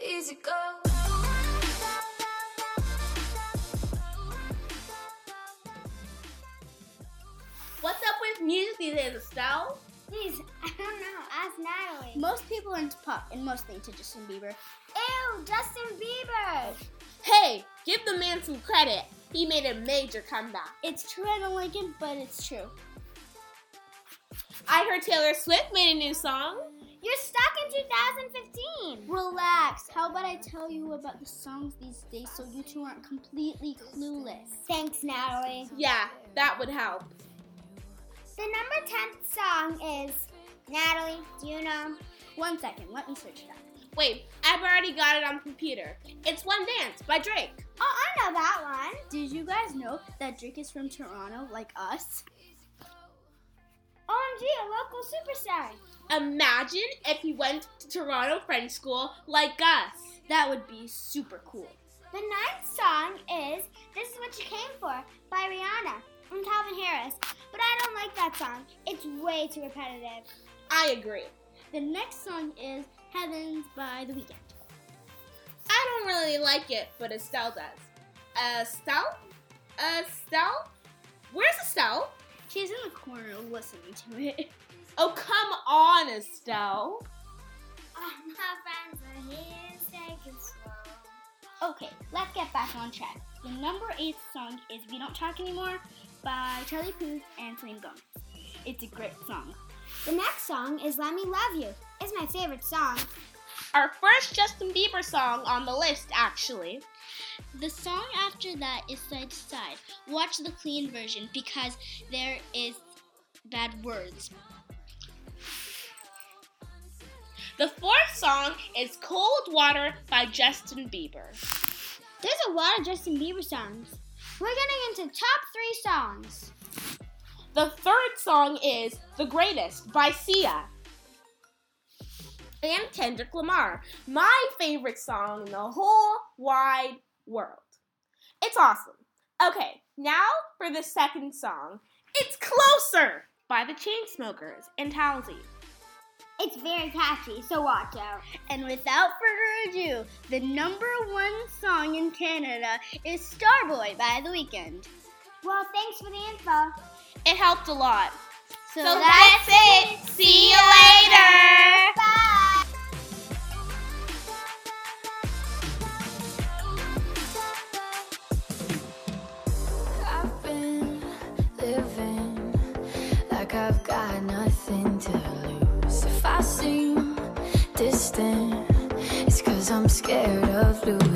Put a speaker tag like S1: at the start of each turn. S1: years ago.
S2: What's up with music these days, Estelle?
S3: Please, I don't know. Ask Natalie.
S4: Most people are into pop and most things to Justin Bieber.
S3: Ew, Justin Bieber.
S2: Hey, give the man some credit. He made a major comeback.
S4: It's true I don't like him, but it's true.
S2: I heard Taylor Swift made a new song.
S3: You're stuck in 2015.
S4: Relax. How about I tell you about the songs these days so you two aren't completely clueless?
S3: Thanks, Natalie.
S2: Yeah, that would help.
S3: The number 10th song is Natalie, do you know?
S4: One second, let me search it up.
S2: Wait, I've already got it on the computer. It's One Dance by Drake.
S3: Oh, I know that one.
S4: Did you guys know that Drake is from Toronto, like us?
S3: OMG, a local superstar.
S2: Imagine if he went to Toronto French school like us.
S4: That would be super cool.
S3: The ninth song is This Is What You Came For by Rihanna and Calvin Harris, but I don't like that song. It's way too repetitive.
S2: I agree.
S4: The next song is Heavens by The Weeknd.
S2: I don't really like it, but Estelle does. Estelle? Estelle? Where's Estelle?
S4: She's in the corner listening to it.
S2: Oh, come on, Estelle.
S3: All my friends are here and taking slow.
S4: Okay, let's get back on track. The number eight song is We Don't Talk Anymore by Charlie Puth and Selena Gomez. It's a great song.
S3: The next song is Let Me Love You. It's my favorite song.
S2: Our first Justin Bieber song on the list, actually.
S4: The song after that is Side to Side. Watch the clean version because there is bad words.
S2: The fourth song is Cold Water by Justin Bieber.
S3: There's a lot of Justin Bieber songs. We're getting into top three songs.
S2: The third song is The Greatest by Sia. And Kendrick Lamar, my favorite song in the whole wide world. It's awesome. Okay, now for the second song. It's Closer by the Chainsmokers and Halsey.
S3: It's very catchy, so watch out.
S4: And without further ado, the number one song in Canada is Starboy by The Weeknd.
S3: Well, thanks for the info.
S2: It helped a lot.
S4: So,
S2: it. See you later.
S3: Bye.
S5: I've been living like I've got nothing to lose. If I seem distant, it's cause I'm scared of losing.